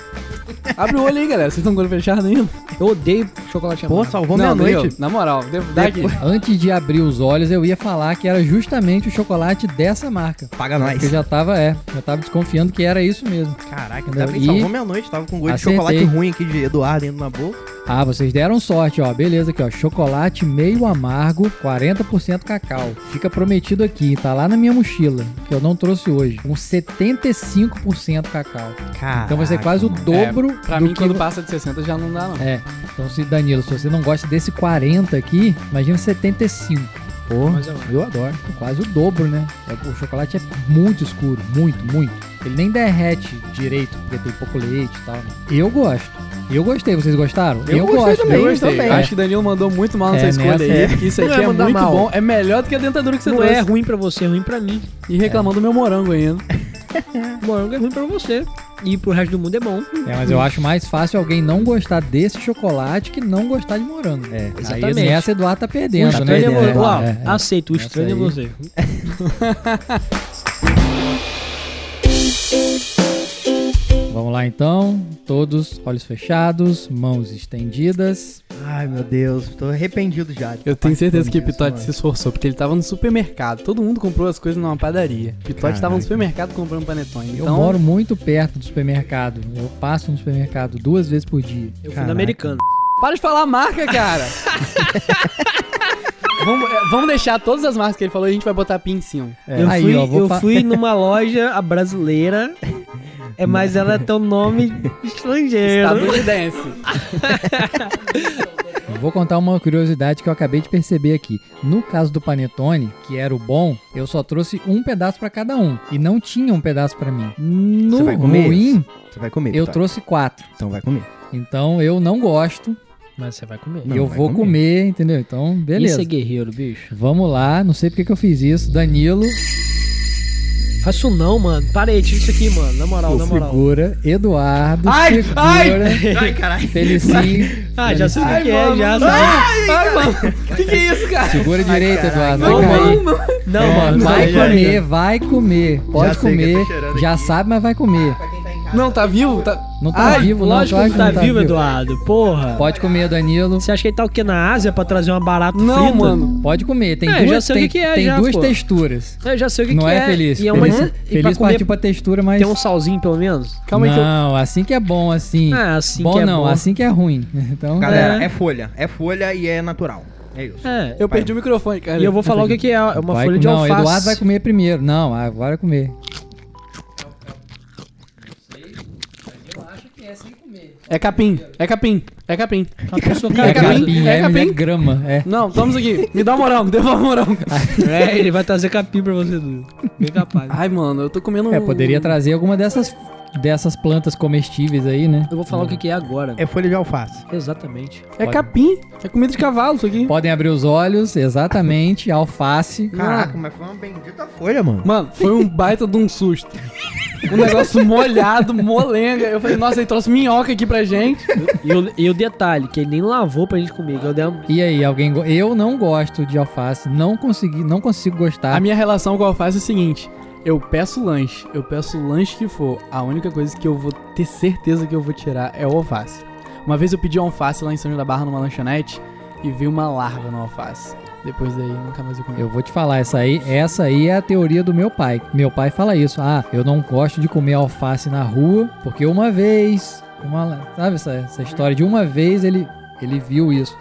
Speaker 4: Abre o olho aí, galera. Vocês estão com o olho fechado ainda?
Speaker 8: Eu odeio chocolate
Speaker 5: Pô,
Speaker 8: amargo.
Speaker 5: salvou
Speaker 4: não,
Speaker 5: meia-noite.
Speaker 4: Danilo, na moral, devo dar aqui.
Speaker 7: Antes de abrir os olhos, eu ia falar que era justamente o chocolate dessa marca.
Speaker 5: Paga nós.
Speaker 7: Eu já tava, é, já tava desconfiando que era isso mesmo.
Speaker 5: Caraca,
Speaker 7: Entendeu?
Speaker 5: ainda bem que
Speaker 7: E-
Speaker 5: salvou meia-noite. Tava com um gosto
Speaker 7: Acertei.
Speaker 5: de chocolate ruim aqui de Eduardo indo na boca.
Speaker 7: Ah, vocês deram sorte, ó. Beleza aqui, ó. Chocolate meio amargo, 40% cacau. Fica prometido aqui, tá lá na minha mochila, que eu não trouxe hoje. Um 75% cacau.
Speaker 5: Caraca.
Speaker 7: Então vai ser quase o dobro
Speaker 4: Pra
Speaker 7: do
Speaker 4: mim,
Speaker 7: que...
Speaker 4: quando
Speaker 7: vo-
Speaker 4: passa de 60 já não dá, não.
Speaker 7: É, então se Danilo, se você não gosta desse 40 aqui, imagina 75. Pô,
Speaker 8: Mais ou menos.
Speaker 7: eu adoro. Quase o dobro, né? É, o chocolate é muito escuro, muito, muito. Ele nem derrete direito, porque tem pouco leite e tal. né? Eu gosto. Eu gostei, vocês gostaram?
Speaker 5: Eu gostei
Speaker 7: gosto.
Speaker 5: também,
Speaker 7: eu
Speaker 5: eu também.
Speaker 7: É.
Speaker 4: Acho que o Danilo mandou muito mal nessa
Speaker 7: É,
Speaker 4: escolha
Speaker 7: nessa
Speaker 4: aí,
Speaker 7: é.
Speaker 4: porque isso
Speaker 6: Não
Speaker 4: aqui
Speaker 6: é
Speaker 4: é
Speaker 6: mandar
Speaker 4: muito
Speaker 6: mal.
Speaker 4: bom. É melhor do que a dentadura que você
Speaker 8: Não
Speaker 4: trouxe.
Speaker 8: é ruim pra você, é ruim pra mim.
Speaker 4: E reclamando do meu morango ainda.
Speaker 8: Morango é ruim pra você. E pro resto do mundo é bom.
Speaker 7: É, mas eu acho mais fácil alguém não gostar desse chocolate que não gostar de morango.
Speaker 5: É,
Speaker 7: Aí
Speaker 8: exatamente.
Speaker 7: nessa Eduardo tá
Speaker 8: O
Speaker 7: perdendo, né?
Speaker 8: estranho é
Speaker 5: ideia,
Speaker 8: você.
Speaker 5: né?
Speaker 8: Uau,
Speaker 7: É, é.
Speaker 8: aceito, o
Speaker 7: Essa
Speaker 8: estranho é
Speaker 7: aí.
Speaker 8: você.
Speaker 7: Vamos lá então, todos, olhos fechados, mãos estendidas.
Speaker 5: Ai, meu Deus, tô arrependido já.
Speaker 4: Eu tenho certeza que o
Speaker 5: Isso,
Speaker 4: Pitote
Speaker 5: mano.
Speaker 4: se esforçou, porque ele tava no supermercado. Todo mundo comprou as coisas numa padaria. Pitote tava
Speaker 5: Caraca.
Speaker 4: no supermercado comprando panetone. Então,
Speaker 7: Eu moro muito perto do supermercado. Eu passo no supermercado duas vezes por dia.
Speaker 8: Eu fui
Speaker 5: Caraca.
Speaker 8: no americano.
Speaker 4: para de falar a marca, cara! vamos, é, vamos deixar todas as marcas que ele falou e a gente vai botar pin em cima.
Speaker 8: É. Eu,
Speaker 7: É. Aí,
Speaker 8: fui,
Speaker 7: ó, vou
Speaker 8: eu
Speaker 7: fa-
Speaker 8: fui numa loja a brasileira, é, mas ela tem um nome estrangeiro.
Speaker 4: Estadunidense.
Speaker 7: Eu Vou contar uma curiosidade que eu acabei de perceber aqui. No caso do panetone, que era o bom, eu só trouxe um pedaço pra cada um e não tinha um pedaço pra mim. No
Speaker 5: Você vai comer
Speaker 7: ruim,
Speaker 5: Você vai comer,
Speaker 7: eu
Speaker 5: Pitote.
Speaker 7: trouxe quatro.
Speaker 5: Então vai comer.
Speaker 7: Então eu não gosto
Speaker 8: Mas você vai comer.
Speaker 5: Não,
Speaker 7: e eu
Speaker 5: vai
Speaker 7: vou comer.
Speaker 5: comer.
Speaker 7: entendeu? Então, beleza.
Speaker 8: Isso é guerreiro, bicho.
Speaker 7: Vamos lá, não sei porque que eu fiz isso. Danilo,
Speaker 8: Faz isso não, mano. Parei, tira isso aqui, mano. Na moral, na moral.
Speaker 7: figura, Eduardo,
Speaker 5: Ai,
Speaker 7: figura,
Speaker 5: ai! Ai, caralho.
Speaker 7: Felicinho.
Speaker 8: Ah, já sei o que é, já sei.
Speaker 4: Ai, mano. Que que é isso, cara?
Speaker 7: Segura direito, Eduardo.
Speaker 4: Não,
Speaker 7: vai cair.
Speaker 4: não, não.
Speaker 8: Não,
Speaker 7: É,
Speaker 8: mano.
Speaker 7: vai
Speaker 8: já-
Speaker 7: comer, vai comer. Pode
Speaker 5: sei que eu tô
Speaker 7: comer.
Speaker 5: cheirando
Speaker 7: Já
Speaker 5: aqui.
Speaker 7: sabe, mas vai comer.
Speaker 4: Não, tá vivo? Tá...
Speaker 7: Não tá
Speaker 4: Ai,
Speaker 7: vivo, não.
Speaker 8: Lógico
Speaker 7: claro
Speaker 8: que tá vivo, Eduardo. Porra.
Speaker 7: Pode comer, Danilo.
Speaker 8: Você acha que ele tá o quê? Na Ásia pra trazer uma barata
Speaker 4: Não,
Speaker 8: frita?
Speaker 4: mano.
Speaker 7: Pode comer. Tem
Speaker 8: É, já
Speaker 7: duas,
Speaker 8: sei o
Speaker 7: tem,
Speaker 8: que que é,
Speaker 7: tem
Speaker 8: já,
Speaker 7: duas
Speaker 8: pô.
Speaker 7: texturas.
Speaker 8: Eu já sei o que,
Speaker 7: não
Speaker 8: que
Speaker 7: é,
Speaker 8: é.
Speaker 7: feliz.
Speaker 8: E é uma...
Speaker 7: feliz
Speaker 8: e pra
Speaker 7: feliz
Speaker 8: comer
Speaker 7: partiu pra textura, mas.
Speaker 8: Tem um salzinho, pelo menos?
Speaker 4: Calma aí que eu...
Speaker 7: não, assim que é bom, assim.
Speaker 8: Ah, assim
Speaker 7: bom
Speaker 8: que é
Speaker 7: não,
Speaker 8: bom.
Speaker 7: assim que é ruim. Então,
Speaker 5: Galera,
Speaker 8: É.
Speaker 5: é. folha. É folha e é natural. É isso.
Speaker 8: É.
Speaker 4: Eu perdi o microfone, cara.
Speaker 8: E eu vou falar o que, que é. É uma
Speaker 7: vai
Speaker 8: folha
Speaker 7: com-
Speaker 8: de
Speaker 7: não,
Speaker 8: alface.
Speaker 7: Eduardo vai comer primeiro. Não, agora vai comer.
Speaker 4: É capim, é capim, é capim.
Speaker 8: Cara,
Speaker 7: é
Speaker 8: cara,
Speaker 7: capim,
Speaker 4: é
Speaker 7: é, é,
Speaker 4: capim.
Speaker 7: grama. É.
Speaker 4: Não, vamos aqui. Me dá um morango, devolve um morango.
Speaker 8: É, ele vai trazer capim pra você, Dudu. Bem capaz.
Speaker 4: Ai, mano, eu tô comendo um...
Speaker 7: É, poderia trazer alguma dessas, dessas plantas comestíveis aí, né?
Speaker 8: Eu vou falar o que, que é agora.
Speaker 5: É folha de alface.
Speaker 8: Exatamente.
Speaker 4: É capim, é comida de cavalo isso aqui.
Speaker 7: Podem abrir os olhos, exatamente. Alface.
Speaker 5: Caraca, mas foi uma bendita folha, mano.
Speaker 4: Mano, foi um baita de um susto. Um negócio molhado, molenga. Eu falei, nossa, ele trouxe minhoca aqui pra gente.
Speaker 8: E o, e o detalhe, que ele nem lavou pra gente comer. Que eu dei uma...
Speaker 7: E aí, alguém. go- Eu não gosto de alface, não consegui, não consigo gostar.
Speaker 4: A minha relação com a alface é o seguinte. Eu peço lanche, eu peço o lanche que for. A única coisa que eu vou ter certeza que eu vou tirar é o alface. Uma vez eu pedi um alface lá em São João da Barra numa lanchonete e vi uma larva no alface. Depois daí nunca mais eu comi.
Speaker 7: Eu vou te falar, essa aí, essa aí é a teoria do meu pai. Meu pai fala isso. Ah, eu não gosto de comer alface na rua, porque uma vez. Uma, sabe essa, essa história de uma vez ele, ele viu isso.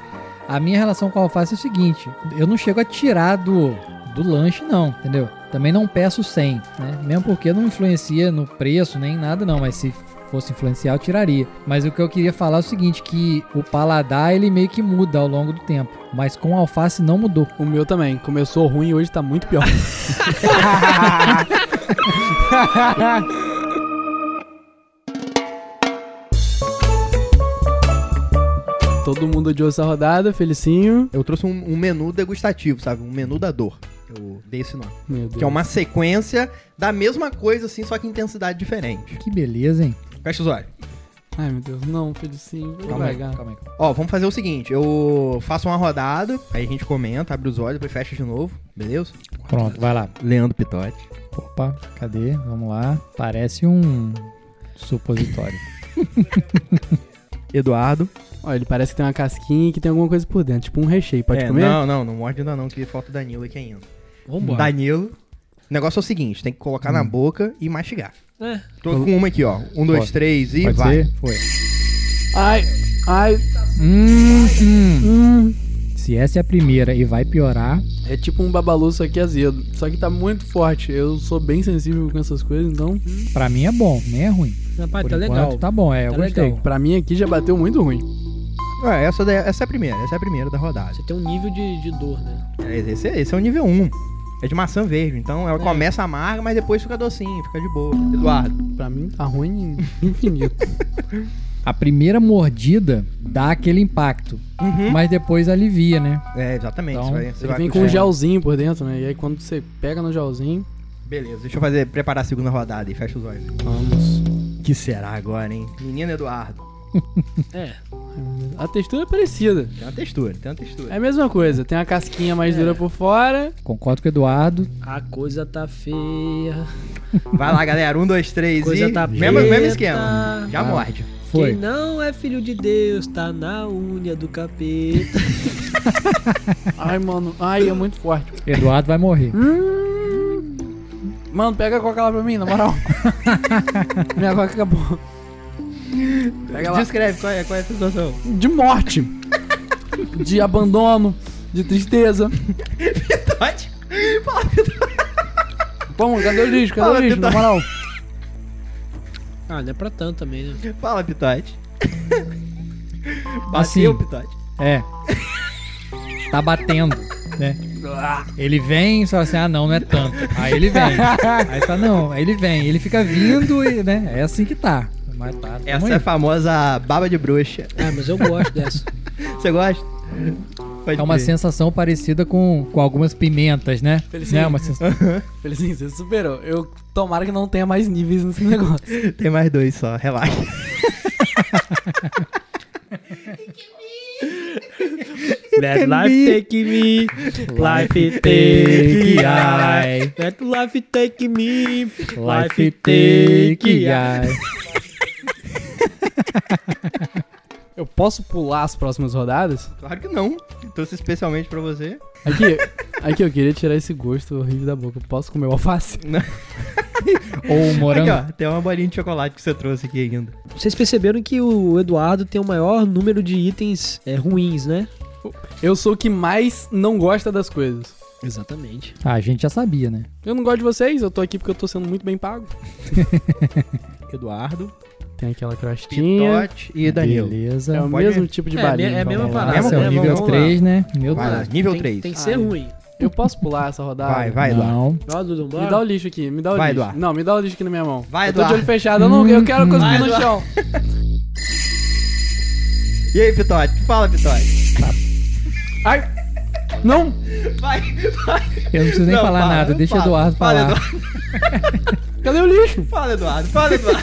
Speaker 7: A minha relação com a alface é o seguinte: eu não chego a tirar do, do lanche, não, entendeu? Também não peço 100, né? Mesmo porque não influencia no preço nem nada, não. Mas se fosse influenciar, eu tiraria. Mas o que eu queria falar é o seguinte: que o paladar ele meio que muda ao longo do tempo. Mas com a alface não mudou.
Speaker 4: O meu também. Começou ruim e hoje tá muito pior. Todo mundo odiou essa rodada, Felicinho.
Speaker 5: Eu trouxe um, um menu degustativo, sabe? Um menu da dor. Eu dei esse nome.
Speaker 4: Meu Deus.
Speaker 5: Que é uma sequência da mesma coisa, assim, só que intensidade diferente.
Speaker 7: Que beleza, hein?
Speaker 5: Fecha os olhos.
Speaker 4: Ai, meu Deus. Não, Felicinho. Vou
Speaker 7: Calma aí,
Speaker 4: devagar.
Speaker 7: calma aí.
Speaker 5: Ó, vamos fazer o seguinte. Eu faço uma rodada, aí a gente comenta, abre os olhos, depois fecha de novo. Beleza?
Speaker 7: Pronto, vai lá.
Speaker 5: Leandro Pitotti.
Speaker 7: Opa, cadê? Vamos lá. Parece um supositório.
Speaker 5: Eduardo.
Speaker 4: Olha, ele parece que tem uma casquinha e que tem alguma coisa por dentro. Tipo um recheio. Pode
Speaker 5: É,
Speaker 4: comer?
Speaker 5: Não, não, não morde ainda não, que falta o Danilo aqui ainda.
Speaker 8: Vambora.
Speaker 5: Danilo. O negócio é o seguinte, tem que colocar na boca e mastigar.
Speaker 8: É.
Speaker 5: Tô com uma aqui, ó. Um, dois,
Speaker 7: Pode.
Speaker 5: três e
Speaker 7: Pode
Speaker 5: vai.
Speaker 7: ser? Foi.
Speaker 4: Ai, ai.
Speaker 7: Hum, hum.
Speaker 4: Hum.
Speaker 7: Se essa é a primeira e vai piorar,
Speaker 4: É tipo um babalu, só que azedo. Só que tá muito forte. Eu sou bem sensível com essas coisas, então...
Speaker 7: pra mim é bom, nem é ruim.
Speaker 8: Rapaz,
Speaker 7: Por
Speaker 8: tá
Speaker 7: enquanto,
Speaker 8: legal.
Speaker 7: Tá bom, é, eu
Speaker 8: Tá
Speaker 7: gostei.
Speaker 8: legal.
Speaker 4: Pra mim aqui já bateu muito ruim.
Speaker 5: É, essa, daí- essa é a primeira, essa é a primeira da rodada.
Speaker 8: Você tem um nível de, de dor, né?
Speaker 5: É, Esse, é- esse é o nível 1. É de maçã verde, então ela começa amarga, mas depois fica docinho, fica de boa. Eduardo.
Speaker 4: Pra mim tá ruim infinito.
Speaker 7: A primeira mordida dá aquele impacto,
Speaker 5: Uhum.
Speaker 7: mas depois alivia, né?
Speaker 5: É, exatamente.
Speaker 7: Então,
Speaker 5: você vai- você
Speaker 4: Ele
Speaker 5: vai
Speaker 4: vem com um
Speaker 5: acostumar.
Speaker 4: gelzinho por dentro, né? E aí quando você pega no gelzinho,
Speaker 5: Beleza, deixa eu fazer, preparar a segunda rodada e fecha os olhos.
Speaker 4: vamos.
Speaker 5: Que será agora, hein? Menino Eduardo.
Speaker 8: É.
Speaker 4: A textura é parecida.
Speaker 5: Tem uma textura, tem uma textura.
Speaker 4: É a mesma coisa, tem uma casquinha mais dura por fora.
Speaker 7: Concordo com o Eduardo.
Speaker 8: A coisa tá feia.
Speaker 5: Vai lá, galera. Um, dois, três
Speaker 8: Coisa
Speaker 5: e.
Speaker 8: tá
Speaker 5: mesmo,
Speaker 8: preta.
Speaker 5: mesmo esquema. Já
Speaker 7: Ah.
Speaker 5: morde.
Speaker 7: Foi.
Speaker 8: Quem não é filho de Deus tá na unha do capeta.
Speaker 4: Ai, mano, ai, é muito forte.
Speaker 7: Eduardo vai morrer.
Speaker 4: Mano, pega a coca lá pra mim, na moral. Minha coca acabou. Pega lá.
Speaker 5: Descreve qual é, qual é a sensação.
Speaker 4: De morte. de abandono. De tristeza.
Speaker 5: Pode? Fala, Pedro.
Speaker 4: Pô, cadê o lixo? Cadê
Speaker 5: Fala,
Speaker 4: o lixo, na moral?
Speaker 8: Ah, não é pra tanto também, né?
Speaker 5: Fala, Pitote. Bateu,
Speaker 7: Assim.
Speaker 5: Pitote.
Speaker 7: É. Tá batendo, né? Ele vem, só assim, ah não, não é tanto. Aí ele vem. Aí fala, não, aí ele vem. Ele fica vindo e, né? É assim que tá. Mas tá. tamo
Speaker 5: Essa
Speaker 7: aí.
Speaker 5: é a famosa baba de bruxa.
Speaker 8: Ah, mas eu gosto dessa.
Speaker 5: Você gosta? Pode
Speaker 7: É uma
Speaker 5: crer.
Speaker 7: sensação parecida com, com algumas pimentas, né?
Speaker 4: Felicinho.
Speaker 7: É uma sensação.
Speaker 4: Felizinho, você superou. Eu tomara que não tenha mais níveis nesse negócio.
Speaker 5: Tem mais dois só, relaxa.
Speaker 8: Let life take me. Life take I. Let life take me.
Speaker 7: Life take I.
Speaker 4: Eu posso pular as próximas rodadas?
Speaker 5: Claro que não. Trouxe especialmente pra você.
Speaker 4: Aqui, aqui eu queria tirar esse gosto horrível da boca. Eu posso comer o alface?
Speaker 7: Ou um
Speaker 5: Aqui,
Speaker 7: morango.
Speaker 5: ó. Tem uma bolinha de chocolate que você trouxe aqui ainda.
Speaker 8: Vocês perceberam que o Eduardo tem o maior número de itens é, ruins, né?
Speaker 4: Eu sou o que mais não gosta das coisas.
Speaker 8: Exatamente.
Speaker 7: Ah, a gente já sabia, né?
Speaker 4: Eu não gosto de vocês, eu tô aqui porque eu tô sendo muito bem pago.
Speaker 5: Eduardo,
Speaker 4: Tem aquela crostinha.
Speaker 5: Pitote e Danilo.
Speaker 7: Beleza.
Speaker 4: É o
Speaker 5: Pode-
Speaker 4: mesmo tipo de
Speaker 8: É,
Speaker 4: balinha.
Speaker 8: é a mesma
Speaker 4: vamos lá.
Speaker 8: parada.
Speaker 5: mesmo
Speaker 7: Nossa, é o
Speaker 5: né?
Speaker 7: nível
Speaker 5: Vamos lá.
Speaker 7: 3, né? Meu
Speaker 5: Vai lá,
Speaker 7: Deus.
Speaker 5: nível
Speaker 8: Ah, tem,
Speaker 5: 3.
Speaker 8: Tem que ser ruim.
Speaker 4: Eu posso pular essa rodada?
Speaker 5: Vai, vai, Eduardo.
Speaker 7: Não.
Speaker 8: Ó, Dudu, bora.
Speaker 4: Me dá o lixo aqui, me dá o
Speaker 5: Vai,
Speaker 4: lixo.
Speaker 5: Eduardo.
Speaker 4: Não, me dá o lixo aqui na minha mão.
Speaker 5: Vai,
Speaker 4: eu tô de
Speaker 5: Eduardo.
Speaker 4: olho fechado, eu não eu quero cuspir no
Speaker 5: Eduardo.
Speaker 4: chão.
Speaker 5: E aí, Pitote? Fala, Pitote.
Speaker 4: Ai! Não!
Speaker 5: Vai, vai.
Speaker 7: Eu não preciso nem
Speaker 5: Não,
Speaker 7: falar
Speaker 5: fala,
Speaker 7: nada, deixa o
Speaker 5: fala.
Speaker 7: Eduardo
Speaker 5: Fala,
Speaker 7: falar.
Speaker 5: Eduardo.
Speaker 4: Cadê o lixo?
Speaker 5: Fala, Eduardo. Fala, Eduardo.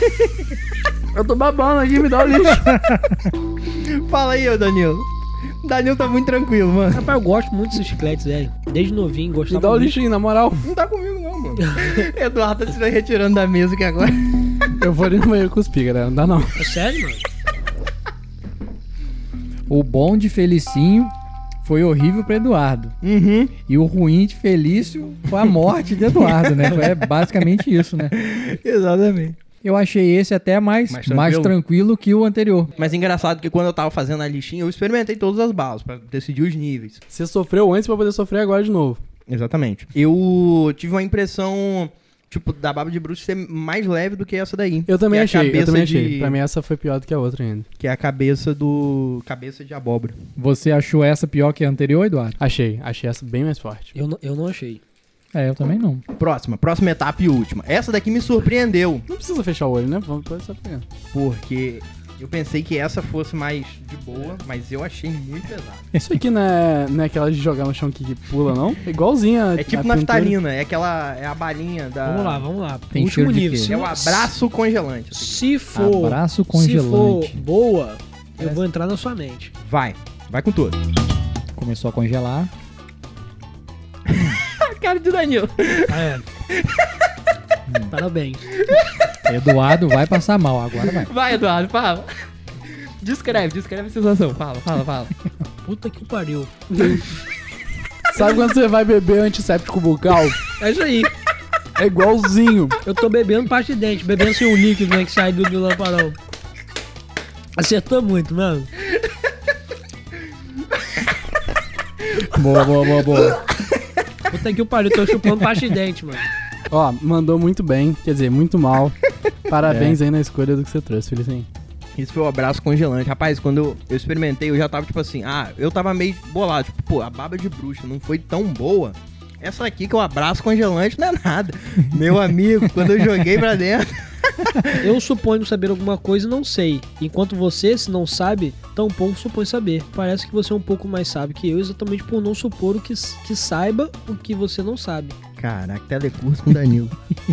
Speaker 4: Eu tô babando aqui, me dá o lixo.
Speaker 5: Fala aí, ô Danilo. Danilo tá muito tranquilo, mano.
Speaker 8: Rapaz, eu gosto muito desses chicletes, velho. Desde novinho,
Speaker 4: me
Speaker 8: gostava
Speaker 4: dá o
Speaker 8: muito.
Speaker 4: lixo aí, na moral.
Speaker 5: Não tá comigo, não, mano. Eduardo tá se retirando da mesa aqui agora.
Speaker 4: Eu vou ali no banheiro cuspir, galera. né? Não dá não.
Speaker 8: É sério, mano?
Speaker 7: O bom de Felicinho foi horrível pra Eduardo.
Speaker 5: Uhum.
Speaker 7: E o ruim de Felício foi a morte de Eduardo, né? É basicamente isso, né?
Speaker 5: Exatamente.
Speaker 7: Eu achei esse até mais, mais,
Speaker 5: Mais
Speaker 7: tranquilo.
Speaker 5: tranquilo?
Speaker 7: que o anterior.
Speaker 5: Mas engraçado que quando eu tava fazendo a listinha, eu experimentei todas as balas pra decidir os níveis.
Speaker 4: Você sofreu antes pra poder sofrer agora de novo.
Speaker 5: Exatamente. Eu tive uma impressão, tipo, da baba de bruxa ser mais leve do que essa daí.
Speaker 4: Eu também
Speaker 5: Que é a
Speaker 4: achei, eu
Speaker 5: cabeça
Speaker 4: também
Speaker 5: de-
Speaker 4: achei. Pra mim essa foi pior do que a outra ainda.
Speaker 5: Que é a cabeça do... Cabeça de abóbora.
Speaker 7: Você achou essa pior que a anterior, Eduardo?
Speaker 4: Achei, achei essa bem mais forte.
Speaker 8: Eu não, eu não achei.
Speaker 7: É, eu também não.
Speaker 5: Próxima, próxima etapa e última. Essa daqui me surpreendeu,
Speaker 4: Não precisa fechar o olho, né? Vamos pode só pegar.
Speaker 5: porque eu pensei que essa fosse mais de boa, mas eu achei muito pesada.
Speaker 4: Isso aqui não é, não é aquela de jogar no chão que, que pula, não? É igualzinha.
Speaker 5: É tipo
Speaker 4: a pintura.
Speaker 5: naftalina, é aquela... É a balinha da...
Speaker 8: Vamos lá, vamos lá.
Speaker 7: Ah, Tem cheiro de quê? um
Speaker 8: Se-
Speaker 5: É o abraço congelante. assim.
Speaker 8: Se for,
Speaker 7: Abraço
Speaker 8: se for
Speaker 7: congelante.
Speaker 8: boa, eu vou entrar na sua mente.
Speaker 5: Vai, vai com tudo.
Speaker 7: Começou a congelar.
Speaker 5: Cara de Danilo.
Speaker 8: é. Parabéns.
Speaker 7: Eduardo vai passar mal, agora vai.
Speaker 5: Vai, Eduardo, fala. Descreve, descreve a sensação. Fala, fala, fala.
Speaker 8: Puta que pariu.
Speaker 4: Sabe quando você vai beber antisséptico bucal?
Speaker 8: É isso aí.
Speaker 4: É igualzinho.
Speaker 8: Eu tô bebendo parte de dente, bebendo assim o líquido né, que sai do, do lamparão. Acertou muito, mano.
Speaker 7: Boa, boa, boa, boa.
Speaker 8: Puta que pariu, tô chupando parte de dente, mano.
Speaker 4: É. Ó, mandou muito bem, quer dizer, muito mal. Parabéns aí na escolha do que você trouxe, Felicinho.
Speaker 5: Isso foi o abraço congelante. Rapaz, quando eu, eu experimentei, eu já tava tipo assim, ah, eu tava meio bolado. Tipo, pô, a baba de bruxa não foi tão boa. Essa aqui que é o abraço congelante não é nada. Meu amigo, quando eu joguei pra dentro.
Speaker 8: Eu suponho saber alguma coisa e não sei. Enquanto você, se não sabe, tampouco supõe saber. Parece que você é um pouco mais sábio que eu, exatamente por não supor o que, que saiba o que você não sabe.
Speaker 5: Caraca, telecurso com Danilo.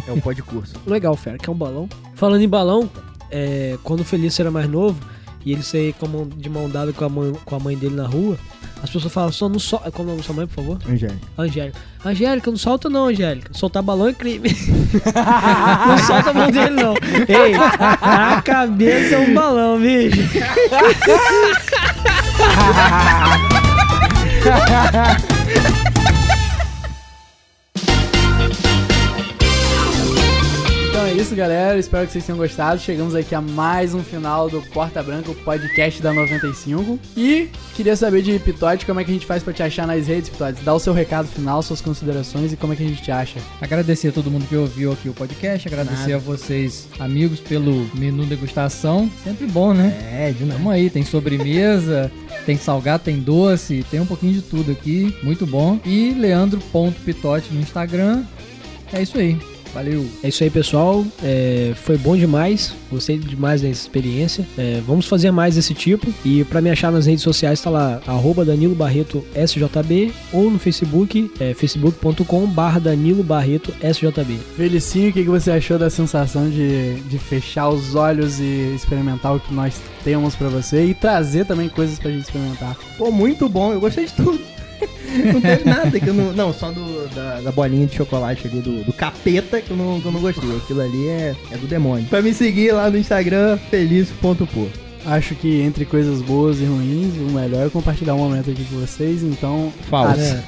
Speaker 5: É o pod curso.
Speaker 8: Legal, fera, que é um balão. Falando em balão, é, quando o Felício era mais novo e ele saía com a mão- de mão dada com a, mãe, com a mãe dele na rua, as pessoas falavam só não solta. Como é o nome da sua mãe, por favor?
Speaker 5: Angélica.
Speaker 8: Angélica. Angélica, não solta não, Angélica. Soltar balão é crime. não solta a mão dele, não. Ei, a cabeça é um balão, bicho.
Speaker 4: Então é isso, galera. Espero que vocês tenham gostado. Chegamos aqui a mais um final do Porta Branca, o podcast da 95. E queria saber de Pitote como é que a gente faz pra te achar nas redes, Pitote. Dá o seu recado final, suas considerações e como é que a gente te acha.
Speaker 7: Agradecer a todo mundo que ouviu aqui o podcast, agradecer a vocês, amigos, pelo menu degustação. Sempre bom, né?
Speaker 5: É, de novo.
Speaker 7: Vamos aí, tem sobremesa, tem salgado, tem doce, tem um pouquinho de tudo aqui. Muito bom. E leandro.pitote no Instagram. É isso aí. Valeu.
Speaker 8: É isso aí, pessoal. É, foi bom demais. Gostei demais dessa experiência. É, vamos fazer mais desse tipo. E pra me achar nas redes sociais, tá lá, arroba Danilo Barreto SJB ou no Facebook, é, facebook.com barra Danilo Barreto SJB.
Speaker 4: Felicinho, o que, que você achou da sensação de, de fechar os olhos e experimentar o que nós temos pra você e trazer também coisas pra gente experimentar?
Speaker 5: Pô, muito bom. Eu gostei de tudo. não teve nada que eu não. Não, só do, da, da bolinha de chocolate ali, do, do capeta que eu, não, que eu não gostei. Aquilo ali é, é do demônio. Pra me seguir lá no Instagram, feliz.pô.
Speaker 4: Acho que entre coisas boas e ruins, o melhor é compartilhar um momento aqui com vocês. Então,
Speaker 5: Falso.
Speaker 4: É.
Speaker 5: Ah, né?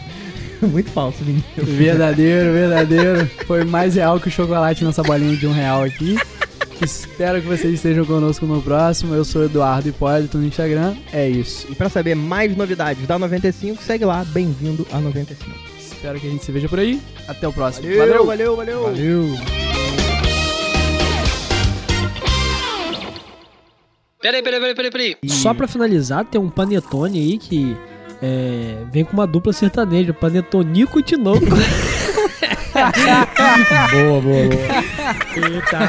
Speaker 5: Muito falso, menino.
Speaker 4: Verdadeiro, verdadeiro. Foi mais real que o chocolate nessa bolinha de um real aqui. Espero que vocês estejam conosco no próximo. Eu sou Eduardo Hipólito no Instagram. É isso.
Speaker 5: E pra saber mais novidades da 95, segue lá, bem-vindo a 95.
Speaker 4: Espero que a gente se veja por aí. Até o próximo.
Speaker 5: valeu, valeu. valeu.
Speaker 3: Peraí, peraí, peraí, peraí, peraí.
Speaker 8: Só pra finalizar, tem um panetone aí que é, vem com uma dupla sertaneja, panetonico e tinoco.
Speaker 7: Boa, boa, boa.
Speaker 8: Eita.